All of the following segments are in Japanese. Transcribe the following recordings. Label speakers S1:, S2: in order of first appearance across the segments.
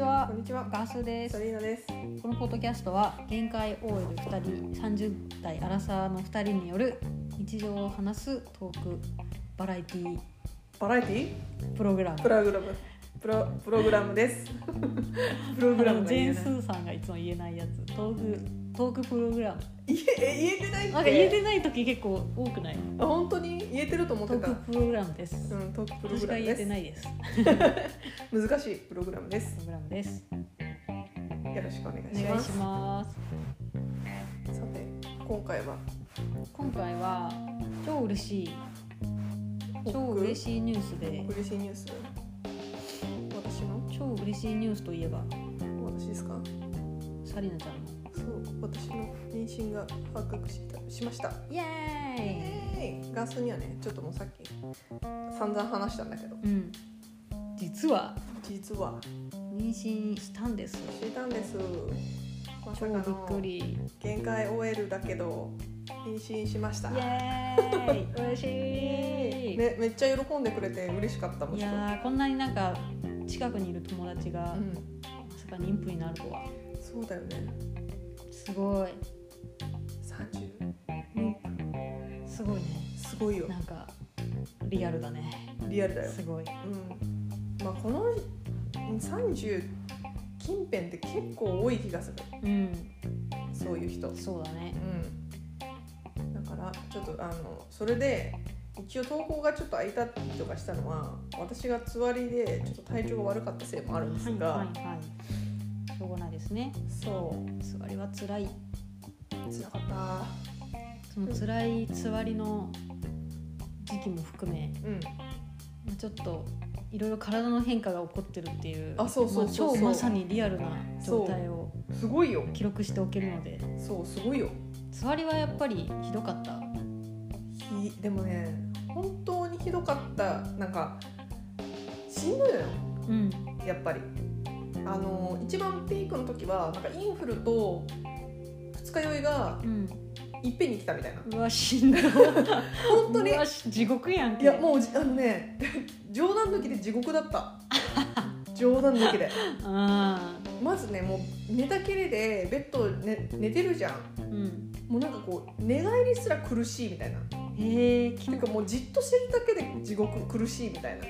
S1: はガスです
S2: トリーナです。
S1: このポッドキャストは限界 OL2 人30代アラサーの2人による日常を話すトークバラエティ
S2: バラエティ
S1: プログラム
S2: プログラム。プロプログラムです。 プログラ
S1: あ
S2: ム
S1: の
S2: が
S1: ジェーン・
S2: 言えな
S1: ス
S2: い。
S1: ーさんがいつも言えないやつトークトークプログラム
S2: 言え言えてないって。
S1: なんか言えてない時結構多くない
S2: あ本当に言えてると思
S1: ト
S2: って
S1: ー
S2: た。
S1: クプログラムです、
S2: うんトークプロ
S1: 私
S2: グ
S1: が
S2: ラ
S1: 言
S2: ム
S1: え
S2: で
S1: て
S2: す。
S1: ないですプ
S2: 難しいプログラムです。
S1: ログラムです
S2: よろしくお願い
S1: お
S2: し
S1: 願
S2: ま
S1: い
S2: す
S1: し。ます
S2: さて今回は
S1: 今回は超嬉しい超嬉しいニュースで
S2: 嬉しいニュース。私の
S1: 超嬉しいニュースといえば
S2: 私ですか。
S1: サリナちゃんの
S2: そう私の妊娠が発覚したしました。
S1: イエ
S2: えーイガスにはねちょっともうさっき散々話したんだけど
S1: ーイうん実は
S2: 実は
S1: 妊娠したんです
S2: 知たんですま
S1: 超
S2: さ
S1: び
S2: か
S1: っ
S2: の
S1: くりイ
S2: 限界 OL だけど妊娠しましたね
S1: エーイ 嬉しい
S2: めっちゃ喜んでくれて嬉しかったも
S1: い
S2: ちろん、
S1: やーこんなになんか近くにいる友達が、ま
S2: う
S1: さか妊婦になるとは
S2: ん、そうだよね
S1: すごい
S2: 30
S1: すごいね
S2: すごいよ
S1: なんかリアルだね
S2: リアルだよ
S1: すごい
S2: うんまあこの30近辺って結構多い気がする
S1: うん
S2: そういう人
S1: そうだね
S2: うん、だからちょっとあのそれで一応投稿がちょっと空いたりとかしたのは私がつわりでちょっと体調が悪かったせいもあるんですが、
S1: はいはいはいしょうがないですね
S2: そう
S1: つわりは辛い
S2: つらかった
S1: その辛いつわりの時期も含め
S2: うん
S1: ちょっといろいろ体の変化が起こってるっていう
S2: あそうそうそうそう
S1: まあ超まさにリアルな状態を
S2: すごいよ
S1: 記録しておけるので
S2: そうすごいよ
S1: つわりはやっぱりひどかった
S2: ひでもね本当にひどかったなんかしんどいのよ
S1: うん
S2: やっぱりあの一番ピークの時はなんかインフルと二日酔いが
S1: うん
S2: いっぺんに来たみたいな
S1: うわしんどい
S2: 本当に
S1: うわし地獄やんけ
S2: いやもうじあのね冗談抜きで地獄だった冗談抜きで
S1: あ
S2: まずねもう寝たきりでベッド寝寝てるじゃん
S1: ーうん
S2: もうなんかこう寝返りすら苦しいみたいな
S1: へえー、気
S2: て
S1: 持
S2: か
S1: ち
S2: もうじっとしてるだけで地獄苦しいみたいな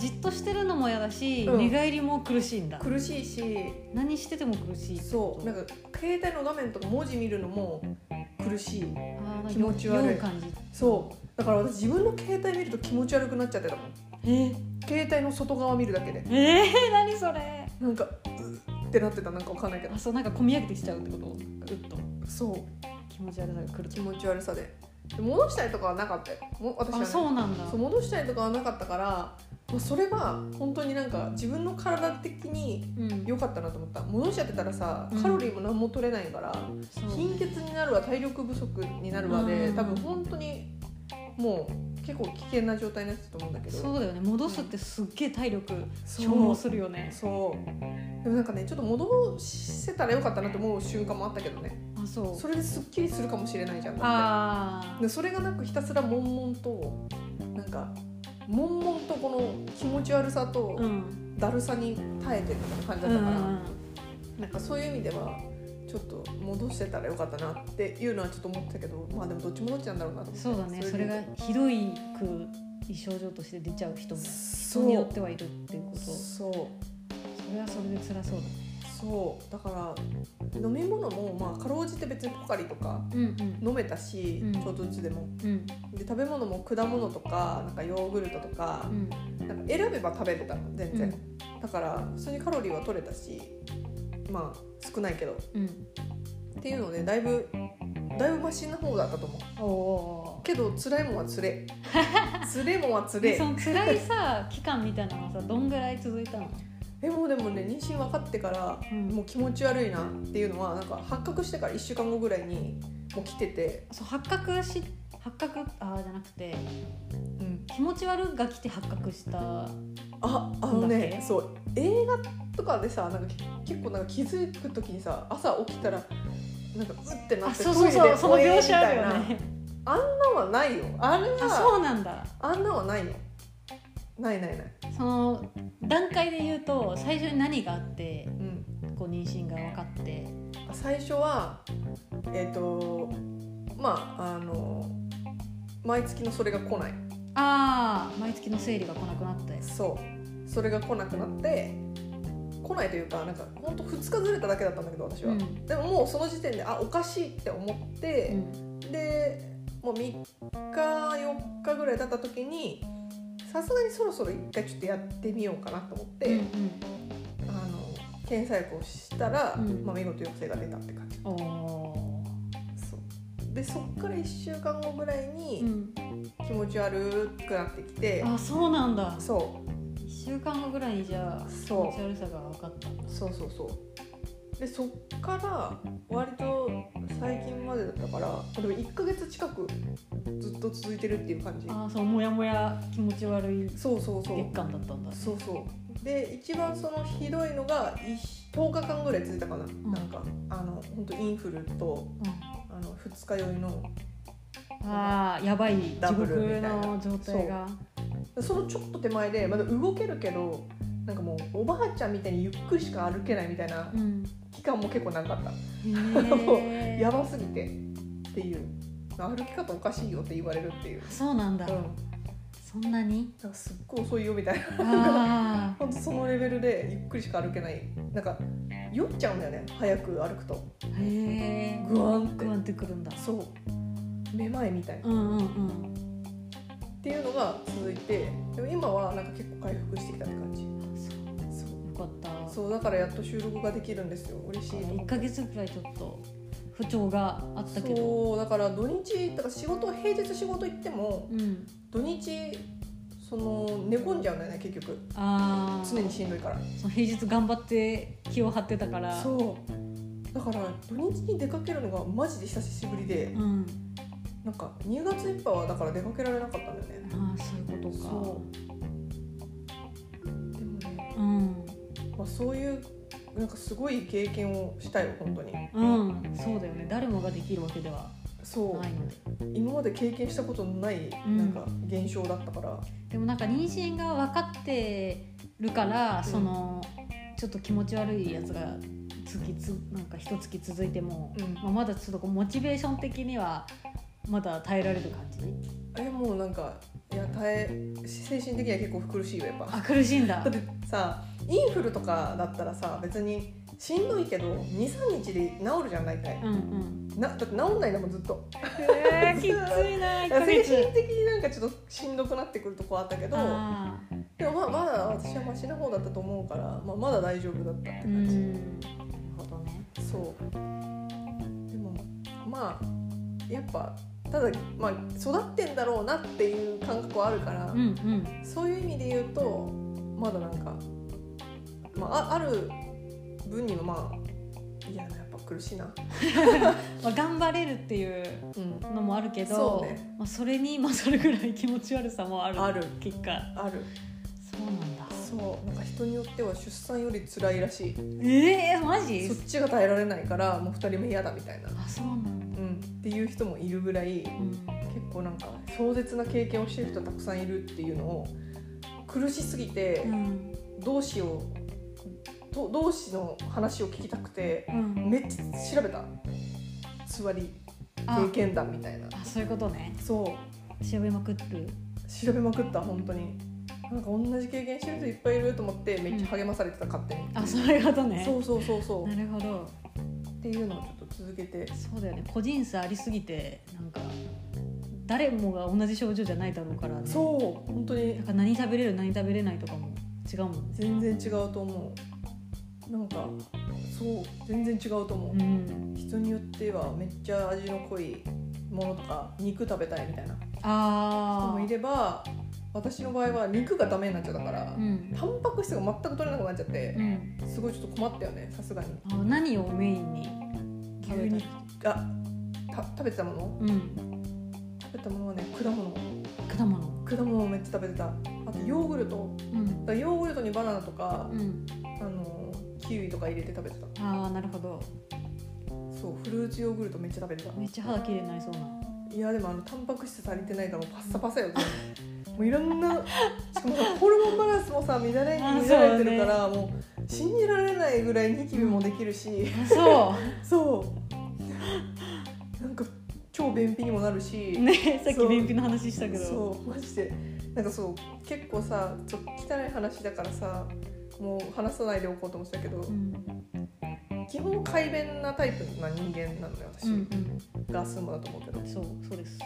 S1: じっとしてるのも嫌だし、
S2: うん
S1: 寝返りも苦しいんだ
S2: 苦しいし
S1: 何してても苦しい
S2: そうなんか携帯の画面とか文字見るのも苦しい
S1: あーなんか
S2: 気持ち悪い
S1: 酔う感じ
S2: そうだから私自分の携帯見ると気持ち悪くなっちゃってたもん
S1: えー、
S2: 携帯の外側見るだけで
S1: えー、何それ
S2: なんかうってなってたなんかわかんないけど
S1: あそうなんかこみ上げてきちゃうってことぐっと
S2: そう
S1: 気持ち悪さが来る
S2: 気持ち悪さでで戻したりとかはなかったよも私はね、
S1: あそうなんだ
S2: そう戻したりとかはなかったから、まあ、それが本当になんか自分の体的に
S1: うん
S2: 良かったなと思った戻しちゃってたらさ
S1: うん
S2: カロリーも何も取れないから、
S1: そう
S2: 貧血になるわ体力不足になるわで
S1: うん
S2: 多分本当にもう結構危険な状態になってたと思うんだけど
S1: そうだよね戻すってすっげえ体力
S2: そう
S1: 消耗するよね
S2: そうでもなんかねちょっと戻せたらよかったなと思う瞬間もあったけどね
S1: あそう
S2: それですっきりするかもしれないじゃんだって
S1: あー
S2: でそれがなくひたすら悶々となんか悶々とこの気持ち悪さと
S1: うん
S2: だるさに耐えてるみたいな
S1: う
S2: 感
S1: ん
S2: じ
S1: う
S2: だったから、
S1: ん
S2: なんかそういう意味ではちょっと戻してたらよかったなっていうのはちょっと思ってたけどまあでもどっちもどっちなんだろうなと思って
S1: そうだねそれ
S2: で
S1: がひどいく症状として出ちゃう人も人
S2: そう
S1: によってはいるっていうことそ
S2: そう
S1: れはそれで辛そうだね
S2: そうだから飲み物もまあかろうじて別にポカリとか
S1: うんうん
S2: 飲めたし、
S1: うん
S2: ちょっとずつでも
S1: うん
S2: で食べ物も果物とかなんかヨーグルトとか
S1: う,、ん
S2: なんか選べば食べれたの全
S1: う
S2: 然、
S1: ん
S2: だから普通にカロリーは取れたしまあ少ないけど
S1: うん
S2: っていうのでだいぶだいぶマシな方だったと思う
S1: おお
S2: けど辛いもんは つれつれもんはつ
S1: で
S2: れ
S1: その辛いさ期間みたいなのはさどんぐらい続いたの
S2: えもうでもね妊娠分かってから、
S1: うん
S2: もう気持ち悪いなっていうのはなんか発覚してから1週間後ぐらいにもう来てて、
S1: そう発覚し発覚あーじゃなくて
S2: うん、
S1: 気持ち悪が来て発覚した
S2: ああの
S1: なんだっ
S2: ね
S1: け
S2: そう映画とかでさなんか結構なんか気づく時にさ朝起きたらなんかうってな
S1: あ
S2: って
S1: そうそうそうその
S2: トイレで
S1: 描写ある
S2: こ
S1: よ
S2: れみた
S1: ね
S2: いなあんなんはないよあれ
S1: あ
S2: は
S1: そうなんだ
S2: あんなんはないよないないない、
S1: その段階で言うと最初に何があって
S2: うん、
S1: こう妊娠が分かって
S2: 最初はえっ、とまああの毎月のそれが来ない
S1: ああ毎月の生理が来なくなって
S2: そうそれが来なくなって来ないというかなんかほんと2日ずれただけだったんだけど私は、
S1: うん
S2: でももうその時点であおかしいって思って、
S1: うん
S2: でもう3日4日ぐらい経った時にさすがにそろそろ1回ちょっとやってみようかなと思って、
S1: うんうん
S2: あの検査薬をしたら、
S1: うん
S2: まあ、見事抑制が出たって感じ
S1: おお
S2: そうでそっから1週間後ぐらい
S1: ー、う
S2: に
S1: ん、
S2: 気持ち悪くなってきて、
S1: あそうなんだ
S2: そ
S1: 1週間後ぐらいにじゃあ気
S2: う
S1: 持
S2: そ
S1: ち悪さが分かったんだ
S2: うそうそうそうでそっから割と最近までだったからでも1ヶ月近くずっと続いてるっていう感じ
S1: ああそうもやもや気持ち悪い
S2: そうそうそう
S1: 月間だったんだ
S2: そうそうで一番そのひどいのがい10日間ぐらい続いたかな、
S1: ん
S2: なんかあの本当インフルと
S1: うん
S2: あの二日酔いの
S1: ああやばい
S2: ダ
S1: 地
S2: ブ
S1: 獄
S2: ルみたいな
S1: の状態が
S2: そのちょっと手前でまだ動けるけどなんかもうおばあちゃんみたいにゆっくりしか歩けないみたいな
S1: うん
S2: 期間も結構長かった、
S1: へえ
S2: やばすぎてっていう歩き方おかしいよって言われるっていう、
S1: そうなん
S2: う
S1: だ、
S2: ん、なん
S1: そんな に
S2: かすっごい遅いよみたいな
S1: あ
S2: 本当そのレベルでゆっくりしか歩けないなんか酔っちゃうんだよね早く歩くと
S1: あへえ
S2: グワンって
S1: グワンってくるんだ
S2: そうめまいみたいな
S1: うんうんうん
S2: っていうのが続いてでも今はなんか結構回復してきたって感じ
S1: あそう
S2: そう
S1: よかった
S2: そうだからやっと収録ができるんですよ嬉しいと思って
S1: 1ヶ月くらいちょっと不調があったけど
S2: そうだから土日だから仕事平日仕事行っても
S1: うん
S2: 土日その寝込んじゃうんだよね結局
S1: ああ
S2: 常にしんどいから
S1: その平日頑張って気を張ってたから
S2: そうだから土日に出かけるのがマジで久しぶりで
S1: うん
S2: なんか2月いっぱいはだから出かけられなかったんだよね
S1: ああそういうことか
S2: そうでもね、
S1: うん
S2: まあ、そういうなんかすごい経験をしたよ本当に
S1: うんそうだよね誰もができるわけでは
S2: そう、
S1: ないので
S2: 今まで経験したことのない
S1: ん
S2: なんか現象だったから、
S1: でもなんか妊娠が分かってるから、
S2: うん
S1: そのちょっと気持ち悪いやつが月つなんか一月続いても、
S2: うん
S1: まあ、まだちょっとこうモチベーション的にはまだ耐えられる感じ
S2: あれもうなんかいや耐え精神的には結構苦しいよやっぱ
S1: あ苦しいんだ
S2: だってさインフルとかだったらさ別にしんどいけど23日で治るじゃん大体
S1: うんうん
S2: なだって治んないんだもんずっと
S1: えー、きついな1ヶ
S2: 精
S1: 月
S2: 神的になんかちょっとしんどくなってくるとこあったけど
S1: あー
S2: でもまあまだ私はマシな方だったと思うから、まあ、まだ大丈夫だったって
S1: うん
S2: 感じ、
S1: なるほどね
S2: そうでもまあやっぱただ、まあ、育ってんだろうなっていう感覚はあるから、
S1: うんうん
S2: そういう意味で言うとまだなんか、まあ、あある分にはまあいややっぱ苦しいな、
S1: まあ、頑張れるっていう
S2: うん、
S1: のもあるけど
S2: そうね
S1: まあ、それに勝るぐらい気持ち悪さもある
S2: ある
S1: 結果
S2: ある
S1: そうなんだ
S2: そうなんか人によっては出産より辛いらし
S1: えー、マ
S2: い
S1: ジ
S2: そっちが耐えられないからもう2人目嫌だみたいな、
S1: あそうなんだ、
S2: うん、っていう人もいるぐらい
S1: うん、
S2: 結構なんか壮絶な経験をしてる人たくさんいるっていうのを苦しすぎて
S1: うん
S2: 同志をと同志の話を聞きたくて
S1: うん
S2: めっちゃ調べた座り
S1: あ
S2: 経験談みたいな
S1: あそういうことね
S2: そう
S1: 調べまくってる
S2: 調べまくった本当になんか同じ経験してる人いっぱいいると思ってめっちゃ励まされてた勝手に、
S1: あそういうことね
S2: そうそうそうそ
S1: なるほど
S2: うっていうのをちょっと続けて
S1: そうだよね個人差ありすぎてなんか誰もが同じ症状じゃないだろうから、ね、
S2: そう本当に
S1: だから何食べれる何食べれないとかも違うもんね
S2: 全然違うと思うなんかそう全然違うと思う
S1: うん
S2: 人によってはめっちゃ味の濃いものとか肉食べたいみたいな人
S1: あ
S2: もい
S1: あ
S2: れば私の場合は肉がダメになっちゃったから、
S1: うん
S2: タンパク質が全く取れなくなっちゃっ
S1: う
S2: て、
S1: ん
S2: すごいちょっと困ったよねさすがに
S1: あ何をメインに食べた
S2: 牛あた食べてたもの
S1: うん
S2: 食べたものはね果物
S1: 果物
S2: 果物をめっちゃ食べてたあとヨーグルト
S1: うん
S2: だからヨーグルトにバナナとか、
S1: うん
S2: あのキウイとか入れて食べてた
S1: ああなるほど
S2: そうフルーツヨーグルトめっちゃ食べてた
S1: めっちゃ肌綺麗になりそうない
S2: やでもあのタンパク質足りてないからもうパッサパサよ、ういろんなしかもさホルモンバランスもさ乱れに
S1: あ
S2: 乱
S1: そう
S2: れ
S1: ね
S2: てるからもう信じられないぐらいニキビもできるし
S1: あそ
S2: そうなんか超便秘にもなるし、
S1: うねさっ
S2: そ
S1: き
S2: う
S1: 便秘の話したけど
S2: そうマジでなんかそう結構さちょっと汚い話だからさもう話さないでおこうと思ってたけど
S1: うん
S2: 基本快便なタイプな人間なんだよ
S1: う
S2: 私、
S1: んうん
S2: ガスもだと思うけど
S1: そうそうです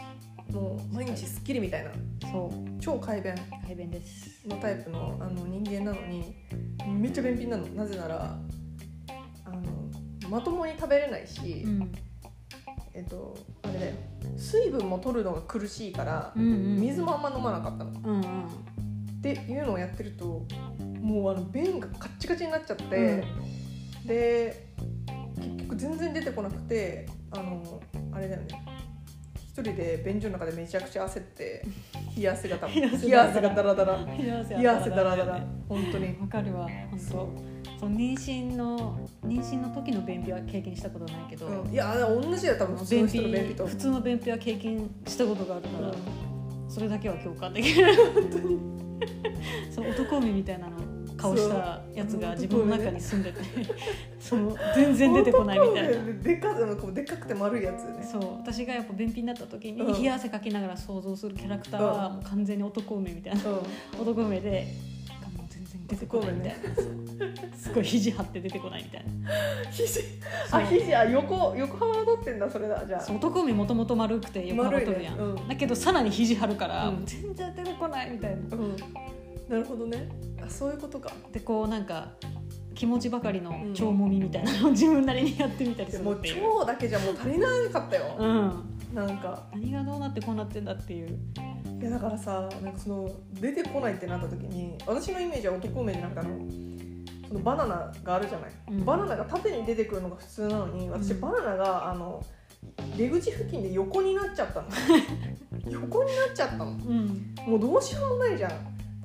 S2: もう毎日スッキリみたいな
S1: そう
S2: 超快便
S1: 排便です
S2: のタイプのあの人間なのにめっちゃ便秘なのなぜならあのまともに食べれないし、
S1: うん
S2: えっとあれだよ水分も取るのが苦しいから
S1: うんうん
S2: 水もあんま飲まなかったの、っ
S1: うんうん
S2: ていうのをやってるともうあの便がカッチカチになっちゃって、で結局全然出てこなくてあのあれだよね一人で便所の中でめちゃくちゃ焦って冷や汗がたま冷
S1: 冷
S2: や
S1: や
S2: 汗
S1: 汗
S2: が
S1: が
S2: ダ
S1: ダ
S2: ラダラ
S1: 冷や汗
S2: 冷や汗ダラダ
S1: だ
S2: ラ
S1: よね
S2: 本当に
S1: わかるわ本
S2: そ
S1: 当そう妊娠の妊娠の時の便秘は経験したことないけど、
S2: うんいや同じだよ多分普通の人の便秘と
S1: 普通の便秘は経験したことがあるから、
S2: う
S1: それだけは共感できる本当にそう男海みたいなの顔したやつが自分の中に住んでてその全然出てこないみたいな
S2: 男。でかあのこうでっかくて丸いやつね
S1: そう私がやっぱ便秘になった時に
S2: うん
S1: 冷や汗かきながら想像するキャラクターはもう完全に男梅みたいな
S2: う
S1: 男梅でもう全然出てこないみたいな、そうすごい肘張って出てこないみたいなん
S2: 肘
S1: そ
S2: あ
S1: う
S2: 肘あ横横幅を取ってんだそれだじゃ
S1: そ
S2: あ
S1: う男梅もともと丸くて横幅取るやん、
S2: 丸いねうん
S1: だけどさらに肘張るから、
S2: うん
S1: もう全然出てこないみたいな
S2: うんなるほどねあそういうことか
S1: でこうなんか気持ちばかりの腸もみみたいな のを自分なりにやってみたりす
S2: も
S1: る
S2: う
S1: っていう。
S2: 腸だけじゃもう足りなかったよ
S1: うん、
S2: なんか
S1: 何がどうなってこうなってんだっていう、
S2: いやだからさなんかその出てこないってなった時に私のイメージは男麺じゃなくてあのそのバナナがあるじゃない、
S1: うん
S2: バナナが縦に出てくるのが普通なのに私
S1: うん
S2: バナナがあの出口付近で横になっちゃった の横になっちゃったの
S1: うん
S2: もうどうしようもないじゃん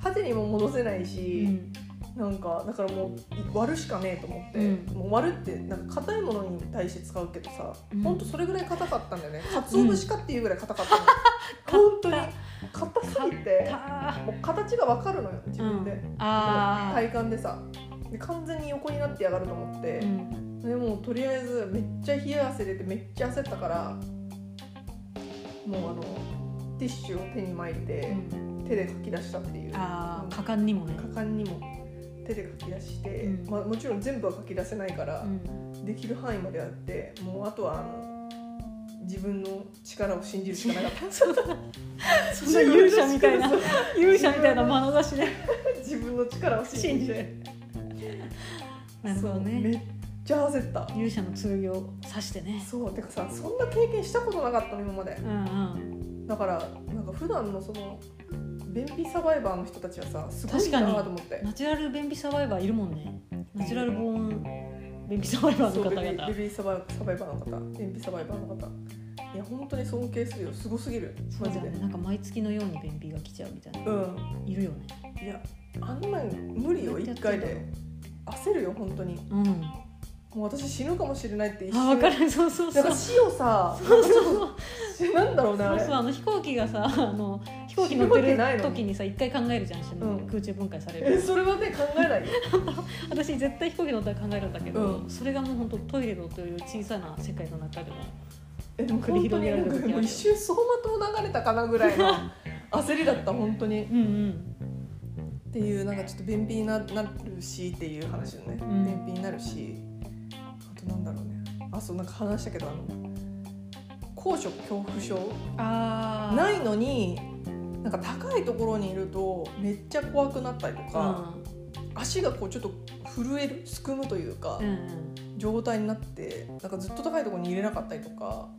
S2: 縦にも戻せないうし、
S1: ん
S2: なんかだからもう割るしかねえと思って、
S1: うん
S2: もう割るってなんか硬いものに対して使うけどさ、
S1: うん
S2: ほんとそれぐらい硬かったんだよね鰹節かっていうぐらい硬 かったの、本当に硬すぎて
S1: あ
S2: もう形が分かるのよ自
S1: ー、う
S2: 分
S1: ん
S2: で、、
S1: あー
S2: 体感でさで完全に横になってやがると思って
S1: う、ん
S2: でもうとりあえずめっちゃ冷や汗出てめっちゃ焦ったからもうあのティッシュを手に巻いて、手でかき出したっていう
S1: あー果敢にもね、
S2: 果敢にも手で書き出して、
S1: うん
S2: まあ、もちろん全部は書き出せないから
S1: う、ん、
S2: できる範囲までやってもうあとはあの自分の力を信じるしかなか っ
S1: そんな
S2: た
S1: そんな勇者みたいな
S2: そう
S1: 勇者みたいな眼差しで
S2: 自分の力を信
S1: 信
S2: じ
S1: じ
S2: て
S1: て なるほど
S2: そうめ
S1: ね
S2: っちゃ焦った
S1: 勇者の剣を刺してね
S2: そうてかさそんな経験したことなかったの今まで
S1: うんうん
S2: だからなんか普段のその便秘サバイバーの人たちはさすごい
S1: 確かに
S2: なと思って
S1: ナチュラル便秘サバイバーいるもんねナチュラルボーン便秘サバイバーの
S2: そう
S1: 方
S2: ベビ
S1: 々
S2: ーベビーサバイサバイバーの方便秘サバイバーの方いや本当に尊敬するよすごすぎる
S1: そ
S2: マ
S1: うだ
S2: ジ
S1: よ
S2: で
S1: ねなんか毎月のように便秘が来ちゃうみたいな
S2: うん
S1: いるよね
S2: いやあんなん無理よ
S1: どうやっ
S2: 一
S1: てやって
S2: 回
S1: んだろう
S2: で焦るよ本当に
S1: うん
S2: もう私死ぬかもしれないって一
S1: あ
S2: 瞬
S1: 分かる そうそうそう
S2: な
S1: ん
S2: か死をさ
S1: そうそうそう
S2: なんだろうねあ
S1: そう
S2: れ
S1: そうあの飛行機がさあの飛行機乗って
S2: 死ぬわけない
S1: る
S2: のに
S1: 時にさ一回考えるじゃん死ぬ
S2: うん
S1: 空中分解され
S2: え
S1: る
S2: それはね考えないよ
S1: 私絶対飛行機乗ったら考えるんだけど
S2: う
S1: それがもう本当トイレのという小さな世界の中でも
S2: えでも
S1: 繰り広げられる時あるよ
S2: もう一瞬走馬灯流れたかなぐらいの焦りだった本当にっ
S1: うんうん
S2: ていうなんかちょっと便秘にななるしっていう話よね、
S1: ん
S2: 便秘になるしあとなんだろうねあそうなんか話したけどあの高所恐怖症
S1: あ
S2: ないいのになんか高いところにいるとめっちゃ怖くなったりとか、足がこうちょっと震えるすくむというか、
S1: うんうん
S2: 状態になってなんかずっと高いところに入れなかったりとか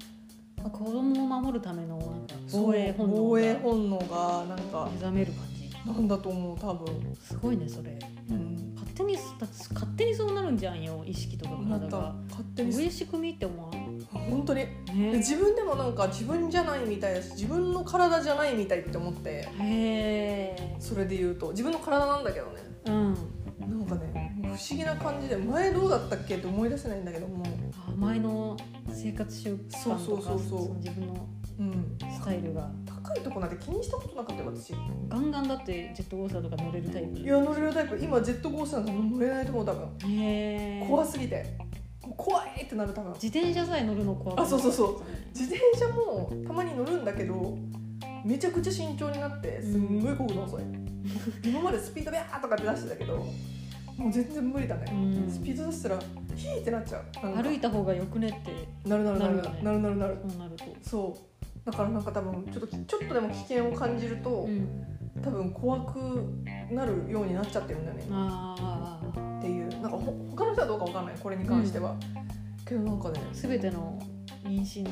S1: まあ子供を守るためのなんか防衛本
S2: そう
S1: 能
S2: 防衛
S1: が
S2: 本能がなんか
S1: 目覚める感じ
S2: なんだと思う多分、
S1: すごいねそれ
S2: うん、
S1: 勝手にだって勝手にそうなるんじゃんよ意識とか
S2: な
S1: 体
S2: った
S1: が
S2: 勝手
S1: どう
S2: に
S1: いう仕組みって思わん
S2: 本当にで
S1: ね
S2: 自分でもなんか自分じゃないみたいだし自分の体じゃないみたいって思って
S1: へえ
S2: それで言うと自分の体なんだけどね
S1: うん
S2: なんかね不思議な感じで前どうだったっけって思い出せないんだけどもう
S1: あ前の生活習慣とか
S2: そうそうそうそう
S1: の自分の
S2: うん、
S1: スタイルが
S2: 高いとこなんて気にしたことなかったよ私い
S1: ガンガンだってジェットコースターとか乗れるタイプ
S2: や乗れるタイプ今ジェットコースターなんて乗れないと思う多分
S1: へー
S2: 怖すぎてもう怖いってなる多分
S1: 自転車さえ乗るの怖
S2: あそうそうそう自転車もたまに乗るんだけどめちゃくちゃ慎重になってすんごい漕ぐの 遅い今までスピードビャーとかって出してたけどもう全然無理だね
S1: ん
S2: スピード出したらヒーってなっちゃうなんか
S1: 歩いた方がよくねって
S2: なるなるなる
S1: なるよね
S2: なるなるなる
S1: そうなると、
S2: そうだからなんか多分ちょっとちょっとでも危険を感じる
S1: う
S2: と、
S1: ん、
S2: 多分怖くなるようになっちゃってるんだよね
S1: ああ
S2: っていうなんかほ他の人はどうかわかんないこれに関しては、けどなんかね
S1: 全ての妊娠の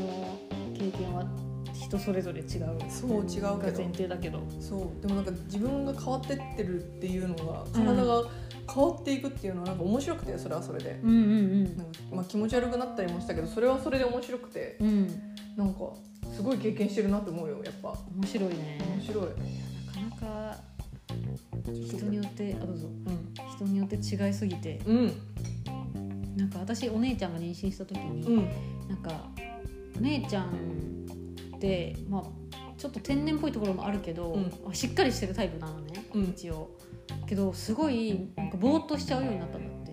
S1: 経験は人それぞれ違う
S2: そう違うけど
S1: が前提だけど
S2: そうでもなんか自分が変わってってるっていうのが体が変わっていくっていうのはなんか面白くてそれはそれで
S1: うんうん
S2: なんか、まあ、気持ち悪くなったりもしたけどそれはそれで面白くて
S1: うんうん
S2: なんかすごい経験してるなと思うよやっぱ
S1: 面白いね
S2: 面白い
S1: なかなか
S2: ちょっ
S1: 人
S2: と
S1: によってあどうぞ
S2: うん
S1: 人によって違いすぎて
S2: うん
S1: なんか私お姉ちゃんが妊娠した時に、
S2: うん
S1: なんかお姉ちゃんって、まあ、ちょっと天然っぽいところもあるけど、
S2: うん
S1: まあしっかりしてるタイプなのね
S2: うん
S1: 一応けどすごいなんかぼーっとしちゃうようになったんだって、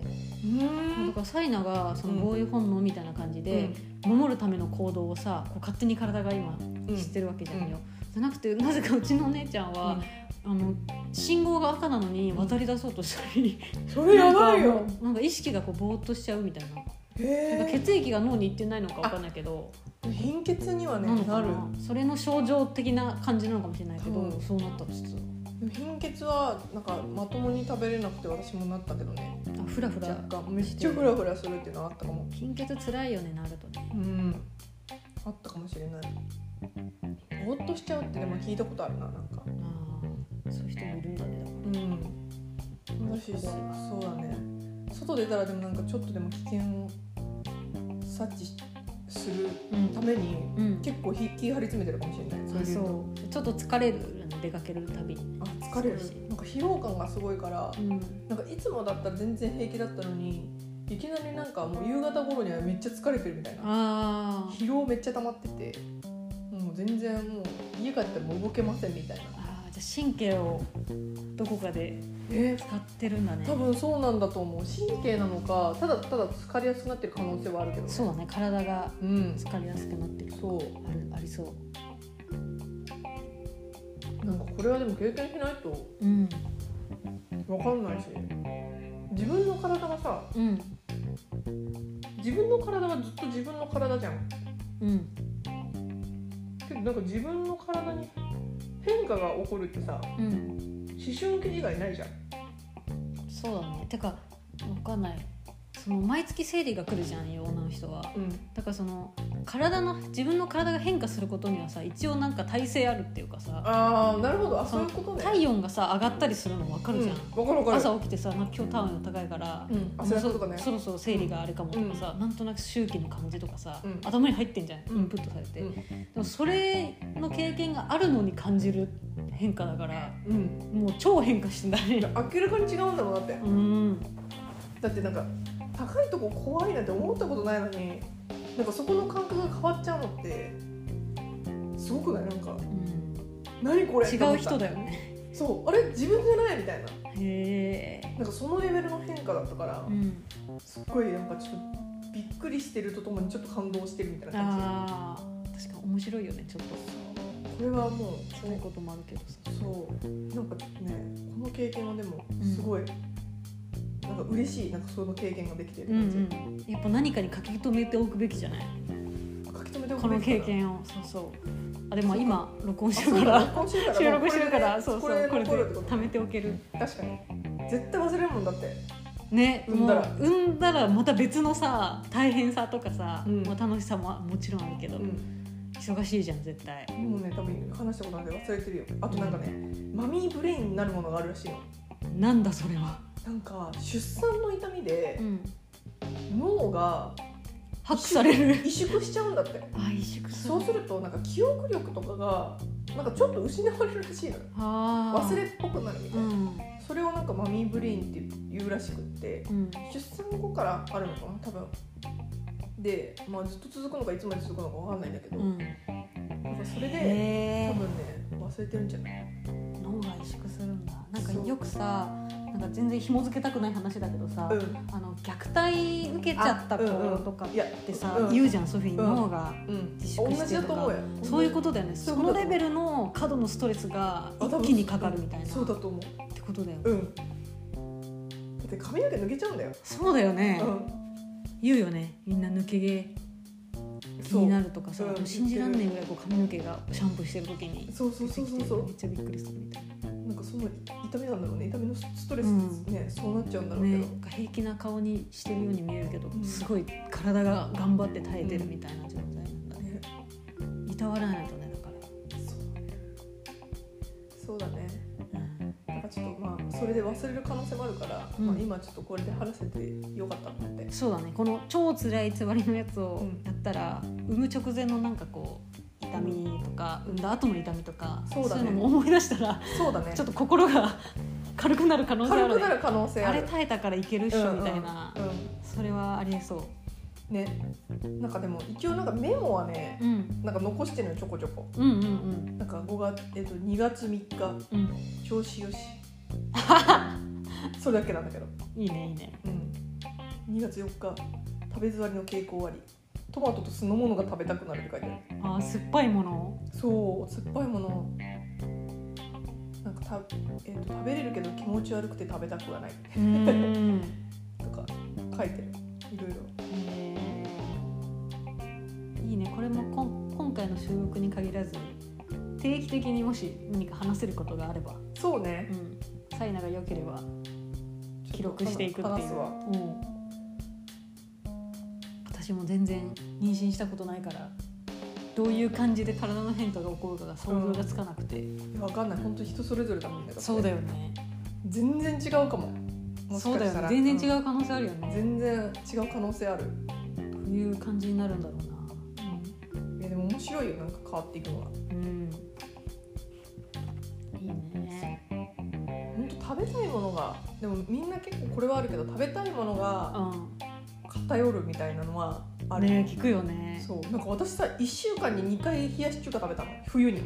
S1: だからサイナがその
S2: うん
S1: 防衛本能みたいな感じで、守るための行動をさこう勝手に体が今
S2: うん
S1: 知ってるわけじゃんよ、じゃなくてなぜかうちのお姉ちゃんは、あの信号が赤なのに渡り出そうとしたり、
S2: それ やば
S1: な
S2: い
S1: ん
S2: よ
S1: かなんか意識がこうぼーっとしちゃうみたいななんか
S2: へ
S1: 血液が脳にいってないのかわかんないけど
S2: え貧血には
S1: なの
S2: ね
S1: か
S2: なる
S1: なそれの症状的な感じなのかもしれないけ
S2: 多
S1: ど
S2: 分
S1: そうなったっつって
S2: でも貧血はなんかまともに食べれなくて私もなったけどね
S1: たあフラフ
S2: 若
S1: ラ
S2: 干めっちゃフラフラするっていうのはあったかも
S1: 貧血つらいよねなるとね
S2: うんあったかもしれないぼーっとしちゃうってでも聞いたことあるななんか
S1: ああそういう人もいるんだねだか
S2: うん私そうだね外出たらでもなんかちょっとでも危険を察知する
S1: らうん
S2: ために
S1: うん
S2: 結構ひ気張り詰めてるかもしれないそう
S1: あ
S2: いうの
S1: そうちょっと疲れるの出かけるたびに
S2: あ疲れる
S1: 少し
S2: なんか疲労感がすごいから
S1: うん
S2: なんかいつもだったら全然平気だったのにいきなりなんかもう夕方頃にはめっちゃ疲れてるみたいな
S1: あー
S2: 疲労めっちゃ溜まっててもう全然もう家帰ったらもう動けませんみたいな
S1: あーじゃあ神経をどこかで
S2: え
S1: 使ってるんだね
S2: 多分そうなんだと思う神経なのかただただ疲れやすくなってる可能性はあるけど
S1: そうだね体が
S2: うん
S1: 疲れやすくなってる
S2: そ
S1: あるありそう
S2: うなんかこれはでも経験しないと
S1: うん
S2: 分かんないし自分の体がさ
S1: うん
S2: 自分の体はずっと自分の体じゃん
S1: うん
S2: けどなんか自分の体に変化が起こるってさ
S1: うん
S2: 思春期以外ないじゃん
S1: そうだねてか分かんないその毎月生理が来るじゃんよ女の人は
S2: うん
S1: だからその体の自分の体が変化することにはさ一応なんか耐性あるっていうかさ
S2: ああなるほどあそういうことね
S1: 体温がさ上がったりするの分かるじゃん、
S2: うん、わかるわかる
S1: 朝起きてさなんか今日体温高いから、
S2: うん汗だくとかね
S1: そそろそろ生理があれかもとかさ、なんとなく周期の感じとかさ、
S2: うん
S1: 頭に入ってんじゃん、
S2: うん
S1: インプットされて、
S2: うん
S1: でもそれの経験があるのに感じる変化だから
S2: うん
S1: もう超変化してんだね
S2: 明らかに違うんだもんだって
S1: うん
S2: だってなんか高いとこ怖いなんて思ったことないのになんかそこの感覚が変わっちゃうのってすごくないなんか
S1: うん
S2: 何これ
S1: 違う人
S2: だ
S1: だよね
S2: そうあれ自分じゃないみたいな
S1: へえ
S2: なんかそのレベルの変化だったから、
S1: うん
S2: すっごいなんかちょっとびっくりしてるとともにちょっと感動してるみたいな感
S1: あー確かに面白いよねちょっと
S2: じこれはもう
S1: そういうこともあるけどさ
S2: そうなんかねこの経験はでもすごい、なんか嬉しいなんかその経験ができてる
S1: うんう
S2: 感じ、
S1: んやっぱ何かに書き留めておくべきじゃない
S2: 書き留めてお
S1: こ
S2: くべ
S1: の
S2: きか
S1: 経
S2: な
S1: 験をそうそうあでも
S2: そうか
S1: 今録音
S2: あ
S1: して
S2: そう
S1: るか
S2: だ
S1: ら
S2: 録音してるから
S1: 収録してるから
S2: も
S1: そうう
S2: こ
S1: そ
S2: れで
S1: うこれ
S2: 残るっ
S1: で
S2: てこと
S1: 貯めておける
S2: 確かに絶対忘れるもんだって
S1: ね
S2: 産んだら
S1: もう産んだらまた別のさ大変さとかさ、
S2: うん
S1: まあ、楽しさももちろんあるけど、
S2: うん
S1: 忙しいじゃん絶対
S2: もうね多分話したことなんで忘れてるよあとなんかねマミーブレインになるものがあるらしいの
S1: なんだそれは、
S2: なんか出産の痛みで
S1: うん、
S2: 脳が
S1: ハックされる
S2: 萎縮しちゃうんだって
S1: あ萎縮する
S2: そうするとなんか記憶力とかがなんかちょっと失われるらしいのよ
S1: あー
S2: 忘れっぽくなるみた
S1: う
S2: いな、
S1: ん
S2: それをなんかマミーブレインって言うらしくって
S1: うん
S2: 出産後からあるのかな多分で、まあ、ずっと続くのかいつまで続くのかわかんないんだけど、
S1: うん
S2: なんかそれで、
S1: へ
S2: 多
S1: ー
S2: 分ね忘れてるんじゃない
S1: 脳が萎縮するんだなんか
S2: そう
S1: よくさなんか全然紐付けたくない話だけどさ、
S2: うん
S1: あの虐待受けちゃった子とかっ
S2: いや
S1: てさ、
S2: うん
S1: 言うじゃんそういうふうに
S2: うん
S1: 脳が、
S2: うん
S1: 自粛してとか
S2: 同じだと思うよ
S1: そういうことだよね
S2: そ
S1: そ
S2: ういうこと
S1: の
S2: だと思う
S1: レベルの過度のストレスが
S2: あ多
S1: 一
S2: 分
S1: 気にかかるみたいな
S2: そう
S1: っ
S2: だと思
S1: てことだよ、
S2: ううんだって髪の毛抜けちゃうんだよ、
S1: そうだよね、
S2: う
S1: 言うよねみんな抜け毛
S2: ん、
S1: 気になるとかさ、
S2: うん
S1: もう信じらんねえぐらいこう髪の毛がシャンプーしてる時に
S2: そうそう
S1: 出て
S2: そう
S1: き
S2: そ
S1: て
S2: うそ
S1: めっ
S2: う
S1: ちゃびっくりするみたい
S2: なんかその痛みなんだろうね痛みのストレス
S1: うん
S2: ね、そうなっちゃうんだ
S1: な、
S2: ろうけど、
S1: ね、なんか平気な顔にしてるように見えるけど、
S2: うん
S1: すごい体が頑張って耐えてるみたいな状態なんだね、
S2: ね
S1: いたわらないとねだから、
S2: そうだね
S1: うん
S2: なんかちょっとまあそれで忘れる可能性もあるから、
S1: うん
S2: まあ、今ちょっとこれで話せてよかったなって
S1: そうだねこの超辛いつわりのやつを
S2: うん
S1: やったら、産む直前のなんかこう痛みとか産んだ後の痛みとか、
S2: そうだね
S1: いうのも思い出した ら
S2: そうだね
S1: ちょっと心が 軽くなる可能性あ
S2: 軽
S1: る
S2: く
S1: ね
S2: なる可能性
S1: あ
S2: あ
S1: れ
S2: る
S1: 耐えたからいけるっしょみたいな、
S2: うんうん
S1: それはありえそう、
S2: うんねなんかでも一応なんかメモはね
S1: うん、
S2: なんか残してるのよちょこちょこ
S1: うんうんうん
S2: なんか5月、えっと、2月3日
S1: うん
S2: 調 子よしそれだけなんだけど、
S1: いいねいいね
S2: うん、2月4日食べ座りの傾向ありトマトと酢の物が食べたくなるって書いてある
S1: あー酸っぱいもの
S2: そう酸っぱいものなんかた、えっと食べれるけど気持ち悪くて食べたくはない
S1: うん
S2: とか書いてるいろいろ
S1: えーいいねこれもこん今回の収録に限らず定期的にもし何か話せることがあれば
S2: そうね
S1: うんサイナが良ければ記録していくって
S2: 話
S1: い
S2: す
S1: う
S2: わ
S1: うん私も全然妊娠したことないからどういう感じで体の変化が起こるかが想像がつかなくて、
S2: 分かんない本当人それぞれだもんね
S1: そうだ
S2: よ
S1: よね
S2: 全然違うかももし
S1: そう
S2: か
S1: だよ
S2: した
S1: ね
S2: ら
S1: 全然
S2: う
S1: 違う可能性あるよ
S2: ん
S1: ね、
S2: 全然違う可能性ある、
S1: どういう感じになるんだろうな
S2: うん、いやでも面白いよなんか変わっていくのは
S1: うんいいね
S2: 本当食べたいものがでもみんな結構これはあるけど食べたいものが
S1: う
S2: 偏るみたいなのはあ
S1: ん
S2: る、
S1: ね聞くよね
S2: そうなんか私さ1週間に2回冷やし中華食べたの 冬に2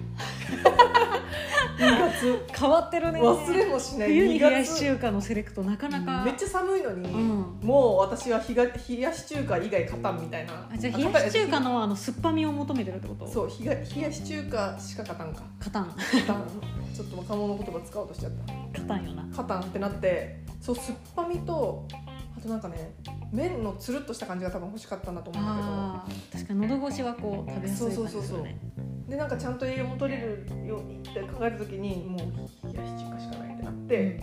S2: 月
S1: 変わってるね
S2: 忘れもしない
S1: 冬に
S2: 2月
S1: 冷やし中華のセレクトなかなか
S2: めっちゃ寒いのに、
S1: うん
S2: もう私はひが冷やし中華以外勝たんみたいな
S1: あじゃあ冷やし中華のあの酸っぱみを求めてるってこと
S2: そうひが冷やし中華しか勝たんか
S1: カタン
S2: 勝たんちょっと若者言葉使おうとしちゃった
S1: カタンよな
S2: 勝たんってなってそう酸っぱみとあとなんかね麺のつるっとした感じが多分欲しかったんだと思うんだけど
S1: あー確かに喉越しはこう食べやすい感じです
S2: そ
S1: よ
S2: うそうそうそう
S1: ね
S2: でなんかちゃんと栄養も取れるようにって考えた時にもう冷やし中華しかないってなって、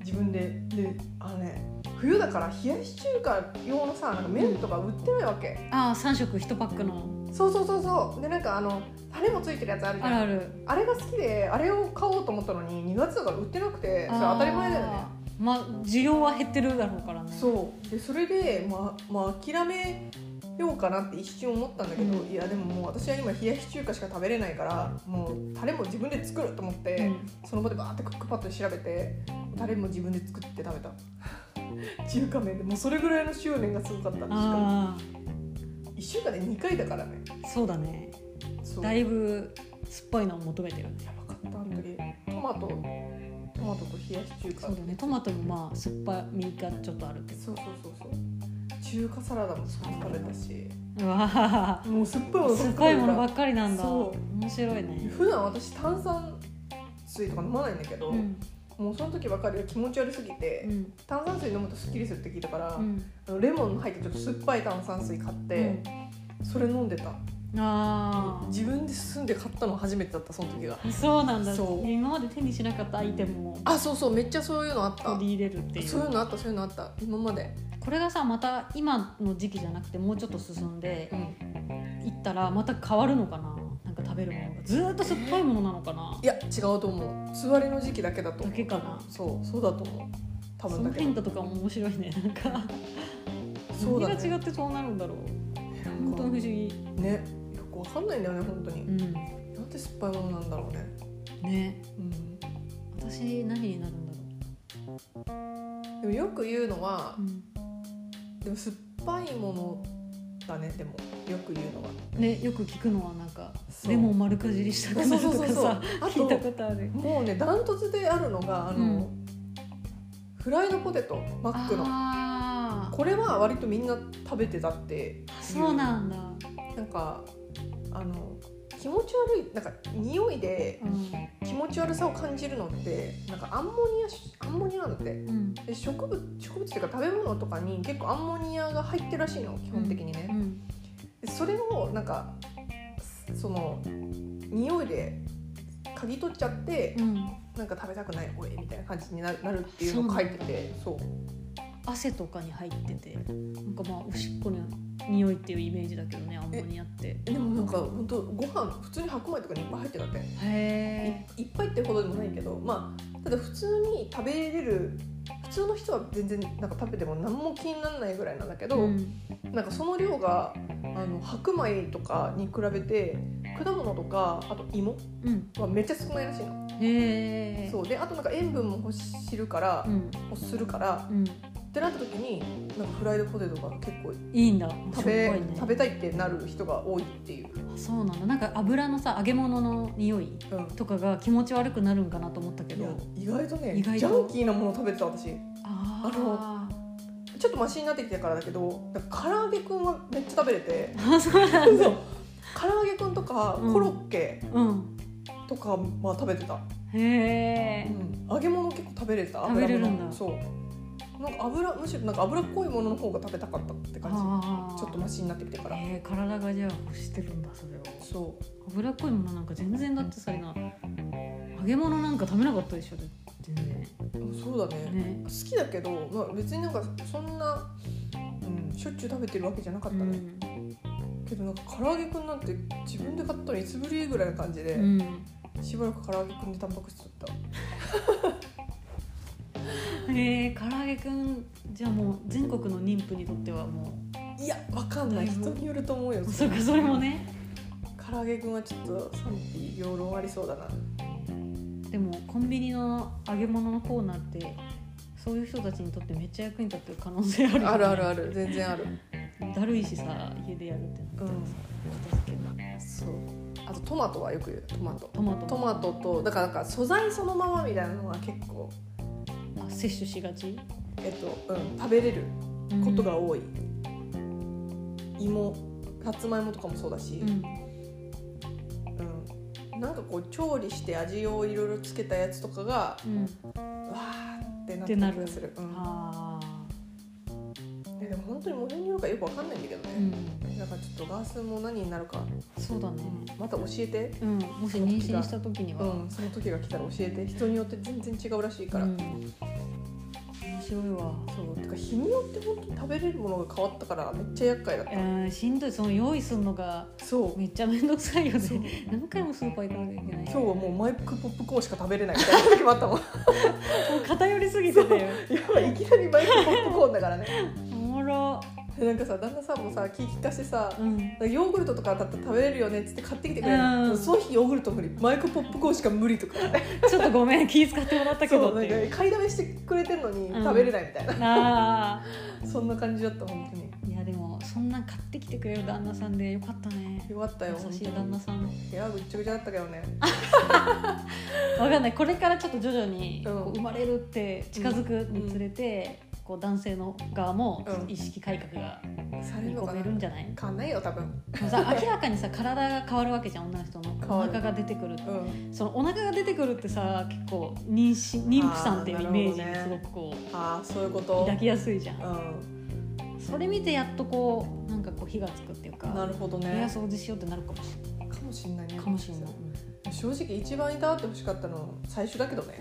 S2: 自分でであのね冬だから冷やし中華用のさなんか麺とか売ってないわけ、
S1: ああ3食1パックの
S2: そうそうそうそうでなんかあのタレもついてるやつあるじ
S1: あ
S2: ゃん
S1: るある
S2: あれが好きであれを買おうと思ったのに2月だから売ってなくてそれ当たり前だよね
S1: あーまあ需要は減ってるだろうからね
S2: そうでそれで、まあまあ、諦めようかなって一瞬思ったんだけど、
S1: うん
S2: いやでももう私は今冷やし中華しか食べれないからもうタレも自分で作ると思って、
S1: うん
S2: その場でバーってクックパッドで調べてタレも自分で作って食べた中華麺でもうそれぐらいの執念がすごかったんでしかも
S1: あ
S2: 1週間で2回だからね
S1: あそうだね
S2: そう
S1: だいぶ酸っぱいのを求めてるね
S2: やばかったあの時トマトトマトと冷やし中華
S1: そうだねトマトもまあ酸っぱみがちょっとあるけ ど
S2: そうそうそうそう中華サラダも食べたし
S1: うわ
S2: もう酸っぱいも
S1: ー
S2: の
S1: 酸っぱいものば
S2: っ
S1: っかりなんだ
S2: そ
S1: 面白いね
S2: 普段私炭酸水とか飲まないんだけど、
S1: うん
S2: もうその時ばかりは気持ち悪すぎて、
S1: うん
S2: 炭酸水飲むとすっきりするって聞いたから、
S1: うん
S2: あのレモンの入ってちょっと酸っぱい炭酸水買って、それ飲んでた
S1: あ
S2: 自分で住んで買ったの初めてだったその時が
S1: あそうなんだ
S2: そう
S1: 今まで手にしなかったアイテムを
S2: あそうそうめっちゃそういうのあった
S1: 取り入れるっていう
S2: そういうのあったそういうのあった今まで、
S1: これがさまた今の時期じゃなくてもうちょっと進んで
S2: うん
S1: いったらまた変わるのかななんか食べるものがずーっと酸っぱいものなのかない
S2: や違うと思う座りの時期だけだと思
S1: だ
S2: う
S1: けかな
S2: そうそうだと思う
S1: そ
S2: 多分
S1: の
S2: だけど
S1: 変化とかも面白いねなんか
S2: そうだね
S1: 何が違ってそうなるんだろう
S2: なん
S1: 本当
S2: か
S1: に不思議
S2: ねよくわかんないんだよね本当に、
S1: うん
S2: なんて酸っぱいものなんだろうね
S1: ね
S2: うん
S1: 私何になるんだろ
S2: でもよく言うのは
S1: う、うん
S2: でも酸っぱいものだねでもよく言うのは
S1: ねよく聞くのはなんか
S2: そう
S1: レモン丸かじりしたくなるとかさ
S2: あ
S1: 聞いた
S2: と
S1: ことある
S2: もうねダントツであるのがあの、
S1: うん
S2: フライドポテトマックの
S1: あー
S2: これは割とみんな食べてたっていう
S1: そうなんだ、
S2: なんかあの気持ち悪いなんか匂いで
S1: うん
S2: 気持ち悪さを感じるのってなんかアンモニアしアンモニアなんだって
S1: うん
S2: で植物植物っていうか食べ物とかに結構アンモニアが入ってるらしいの基本的に
S1: う
S2: ね、
S1: ん
S2: でそれをなんかその匂いで嗅ぎ取っちゃって
S1: うん、
S2: なんか食べたくないおいみたいな感じになるなるっていうのを書いててそう
S1: 汗とかに入っててなんかまあおしっこの匂いっていうイメージだけどねアンモニアって
S2: えでもなんか本当ご飯普通に白米とかにいっぱい入ってたって
S1: へ
S2: いいっぱいってほどでもないけどまあただ普通に食べれる普通の人は全然なんか食べても何も気にならないぐらいなんだけ
S1: え、
S2: ど、
S1: うん、
S2: なんかその量があの白米とかに比べて果物とかあと芋
S1: うん、
S2: はめっちゃ少ないらしいの。
S1: へえ
S2: そうであとなんか塩分も欲しるから、
S1: うん
S2: 欲するから
S1: うん、
S2: ってなった時になんかフライドポテトが結構
S1: いいんだ
S2: 食べ,、
S1: しょっぱいね
S2: 食べたいってなる人が多いっていう。
S1: あそうなんだなんか油のさ揚げ物の匂い
S2: うん
S1: とかが気持ち悪くなるんかなと思ったけ
S2: い
S1: ど
S2: や意外とね
S1: 意外と
S2: ジャンキーなもの食べてた私
S1: あ
S2: ちょっとマシになってきてからだけどだから唐揚げくんはめっちゃ食べれて
S1: あ あそうなんだ
S2: そう唐揚げくんとか
S1: うん
S2: コロッケ
S1: うん
S2: とかは食べてた、
S1: へえ
S2: うん揚げ物結構食べれた
S1: 食べれるんだ
S2: 油物そうなんか油むしろなんか油っこいものの方が食べたかったって感
S1: あ
S2: じ
S1: あ
S2: ちょっとマシになってきてから、
S1: へえ体がじゃあ欲してるんだそれを
S2: そう
S1: 油っこいものなんか全然だってさ今揚げ物なんか食べなかったでしょ全然
S2: そうだね
S1: ね
S2: 好きだけど、まあ、別になんかそんな、うん、しょっちゅう食べてるわけじゃなか
S1: う
S2: ったね、
S1: ん
S2: けどなんか唐揚げくんなんて自分で買ったのいつぶりぐらいな感じで、
S1: うん
S2: しばらく唐揚げくんでタンパク質取った
S1: へえ唐揚げくんじゃあもう全国の妊婦にとってはも
S2: いやわかんない
S1: だいぶ
S2: 人によると思うよ
S1: うそうかそれもね
S2: 唐揚げくんはちょっと賛否両論ありそうだな
S1: でもコンビニの揚げ物のコーナーってそういう人たちにとってめっちゃ役に立ってる可能性あるよね
S2: あ るあるある全然ある
S1: だるいしさ家でやるってなったらさ片付けるの
S2: そうあとトマトはよく言うトマト
S1: トマト
S2: トマトとだからなんか素材そのままみたいなのは結構
S1: あ摂取しがち
S2: えっと、うん、食べれることが多い、芋さつまいもとかもそうだし
S1: う、ん
S2: うんなんかこう調理して味をいろいろつけたやつとかが
S1: うん
S2: わーってな
S1: っ
S2: っ
S1: てて
S2: る
S1: な
S2: 気
S1: る
S2: がする、うん
S1: あ
S2: えでも本当にモデルによるかよくわかんないんだけど
S1: ーう
S2: ね、
S1: ん
S2: なんかちょっとガースも何になるか、
S1: そうだね
S2: また教えて
S1: うんもし妊娠した時には、
S2: うん、その時が来たら教えて人によって全然違うらしいから、
S1: うん面白いわ
S2: そうてか日によって本当に食べれるものが変わったからめっちゃ厄介だっ
S1: うんしんどいその用意するのが
S2: たそう
S1: めっちゃ面倒くさいよ
S2: そう
S1: ね何回もスーパー行かなきゃいけない
S2: 今日はもうマイクポップコーンしか食べれないみたいな時もあったもん
S1: もう偏りすぎてたよ
S2: やばいいきなりマイクポップコーンだからね
S1: おもろ
S2: でなんかさ旦那さんもさ気利かしてさ
S1: うん
S2: ヨーグルトとかだったら食べれるよねっつって買ってきてくれるの、
S1: うん
S2: その日ヨーグルト無理マイクポップコーンしか無理とか
S1: ちょっとごめん気遣ってもらったけ
S2: そ
S1: ど
S2: う
S1: っ
S2: な
S1: て
S2: ん
S1: いう
S2: か買いだめしてくれてんのに
S1: うん
S2: 食べれないみたい
S1: あ
S2: な、
S1: あ
S2: そんな感じだった本当に
S1: いやでもそんなん買ってきてくれる旦那さんでよかったね
S2: よかったよ
S1: 優しい旦那さん
S2: いやぐっちゃぐちゃだったけどね
S1: わかんないこれからちょっと徐々に
S2: うん
S1: こう生まれるって近づくにつれて、こう男性の側も
S2: うん
S1: 意識改革が
S2: される
S1: 見
S2: のか
S1: 込
S2: な
S1: めるんじゃない、
S2: 変わんないよ多分
S1: でもさ明らかにさ体が変わるわけじゃん女の人の
S2: 変
S1: お
S2: わる
S1: 腹が出てくるって
S2: うん
S1: そのお腹が出てくるってさ結構妊娠妊婦さんっていうイメージ
S2: あー
S1: に
S2: な
S1: す
S2: るほど
S1: ごくこ
S2: ね
S1: う
S2: ああそういうこと
S1: 抱きやすいじゃん、
S2: う
S1: それ見てやっとこうなんかこう火がつくっていうん
S2: な
S1: か
S2: るほど
S1: 部屋
S2: ね
S1: 掃除しようってなるかもし
S2: かもしんないね
S1: れないかもしれない、
S2: 正直一番いたわってほしかったの最初だけどね